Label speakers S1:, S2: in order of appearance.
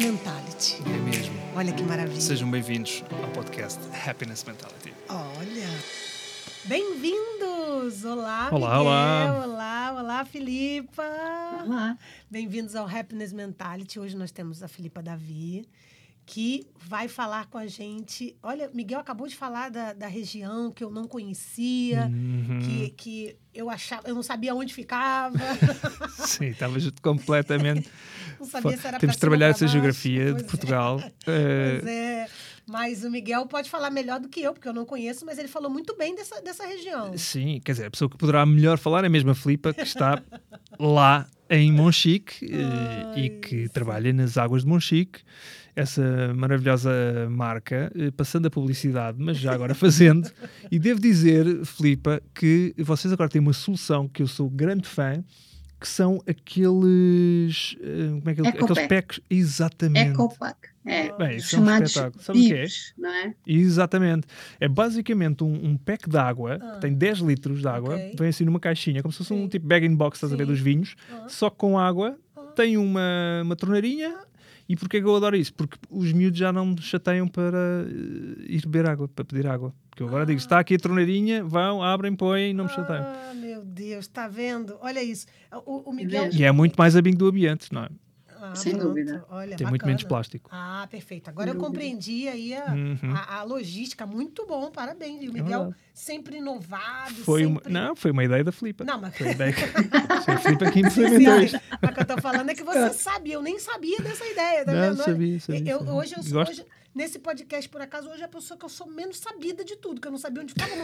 S1: noite.
S2: É mesmo.
S1: Olha que maravilha.
S2: Sejam bem-vindos ao podcast Happiness Mentality.
S1: Olha. Bem-vindos! Olá,
S2: Olá,
S1: Miguel.
S2: olá.
S1: Olá, olá, Filipa.
S3: Olá.
S1: Bem-vindos ao Happiness Mentality. Hoje nós temos a Filipa Davi, que vai falar com a gente. Olha, Miguel acabou de falar da, da região que eu não conhecia,
S2: Uhum.
S1: que, que eu achava, eu não sabia onde ficava,
S2: Sim, estava ju- completamente.
S1: não
S2: fora.
S1: sabia se era pra cima,
S2: Temos de trabalhar
S1: pra
S2: essa
S1: baixo.
S2: geografia de
S1: Pois é.
S2: Portugal. Eh,
S1: Pois é, mas o Miguel pode falar melhor do que eu, porque eu não conheço, mas ele falou muito bem dessa, dessa região.
S2: Sim, quer dizer, a pessoa que poderá melhor falar é mesmo a Filipa, que está lá em Monchique eh, e
S1: Ai,
S2: que
S1: sim.
S2: trabalha nas águas de Monchique, essa maravilhosa marca, eh, passando a publicidade, mas já agora fazendo. E devo dizer, Filipa, que vocês agora têm uma solução que eu sou grande fã, que são aqueles. eh, Como é que é?
S3: Ecopack.
S2: Aqueles packs. Exatamente.
S3: Ecopack. É.
S2: Bem, isso é um
S3: Chamados
S2: espetáculo. Sabe o que é?
S3: bips, não é?
S2: Exatamente. É basicamente um, um pack de água,
S1: Ah.
S2: que tem 10 litros de água,
S1: Ok.
S2: vem assim numa caixinha, como se fosse
S1: Sim.
S2: um tipo bag in box, estás a ver,
S1: Sim.
S2: dos vinhos,
S1: Ah.
S2: só que com água,
S1: Ah.
S2: tem uma, uma torneirinha. E porquê que eu adoro isso? Porque os miúdos já não me chateiam para eh, ir beber água, para pedir água. Porque eu agora digo, está aqui a torneirinha, vão, abrem, põem e não me chateiam.
S1: Ah, meu Deus, tá vendo? Olha isso. O, o Miguel.
S3: mesmo.
S2: E é muito mais amigo do ambiente, não é?
S1: Ah,
S3: Sem
S1: pronto.
S3: dúvida.
S1: Olha,
S2: Tem muito
S1: É bacana.
S2: menos plástico.
S1: Ah, perfeito. Agora eu
S3: Sem dúvida.
S1: compreendi aí a,
S2: Uhum.
S1: a- a logística. Muito bom, parabéns. E o
S2: É
S1: Miguel
S2: verdade.
S1: sempre inovado.
S2: Foi uma,
S1: sempre...
S2: não, foi uma ideia da Filipa.
S1: Não, mas.
S2: Foi a ideia que, foi a Filipa que
S1: Sim,
S2: implementou isto.
S1: sim. Mas o que eu tô falando é que você sabe, eu nem sabia dessa ideia, tá
S2: Não,
S1: vendo?
S2: sabia,
S1: Eu-
S2: sabia.
S1: eu-
S2: sabia.
S1: hoje eu sou,
S2: Gosto
S1: hoje, nesse podcast, por acaso, hoje é a pessoa que eu sou menos sabida de tudo, que eu não sabia onde ficava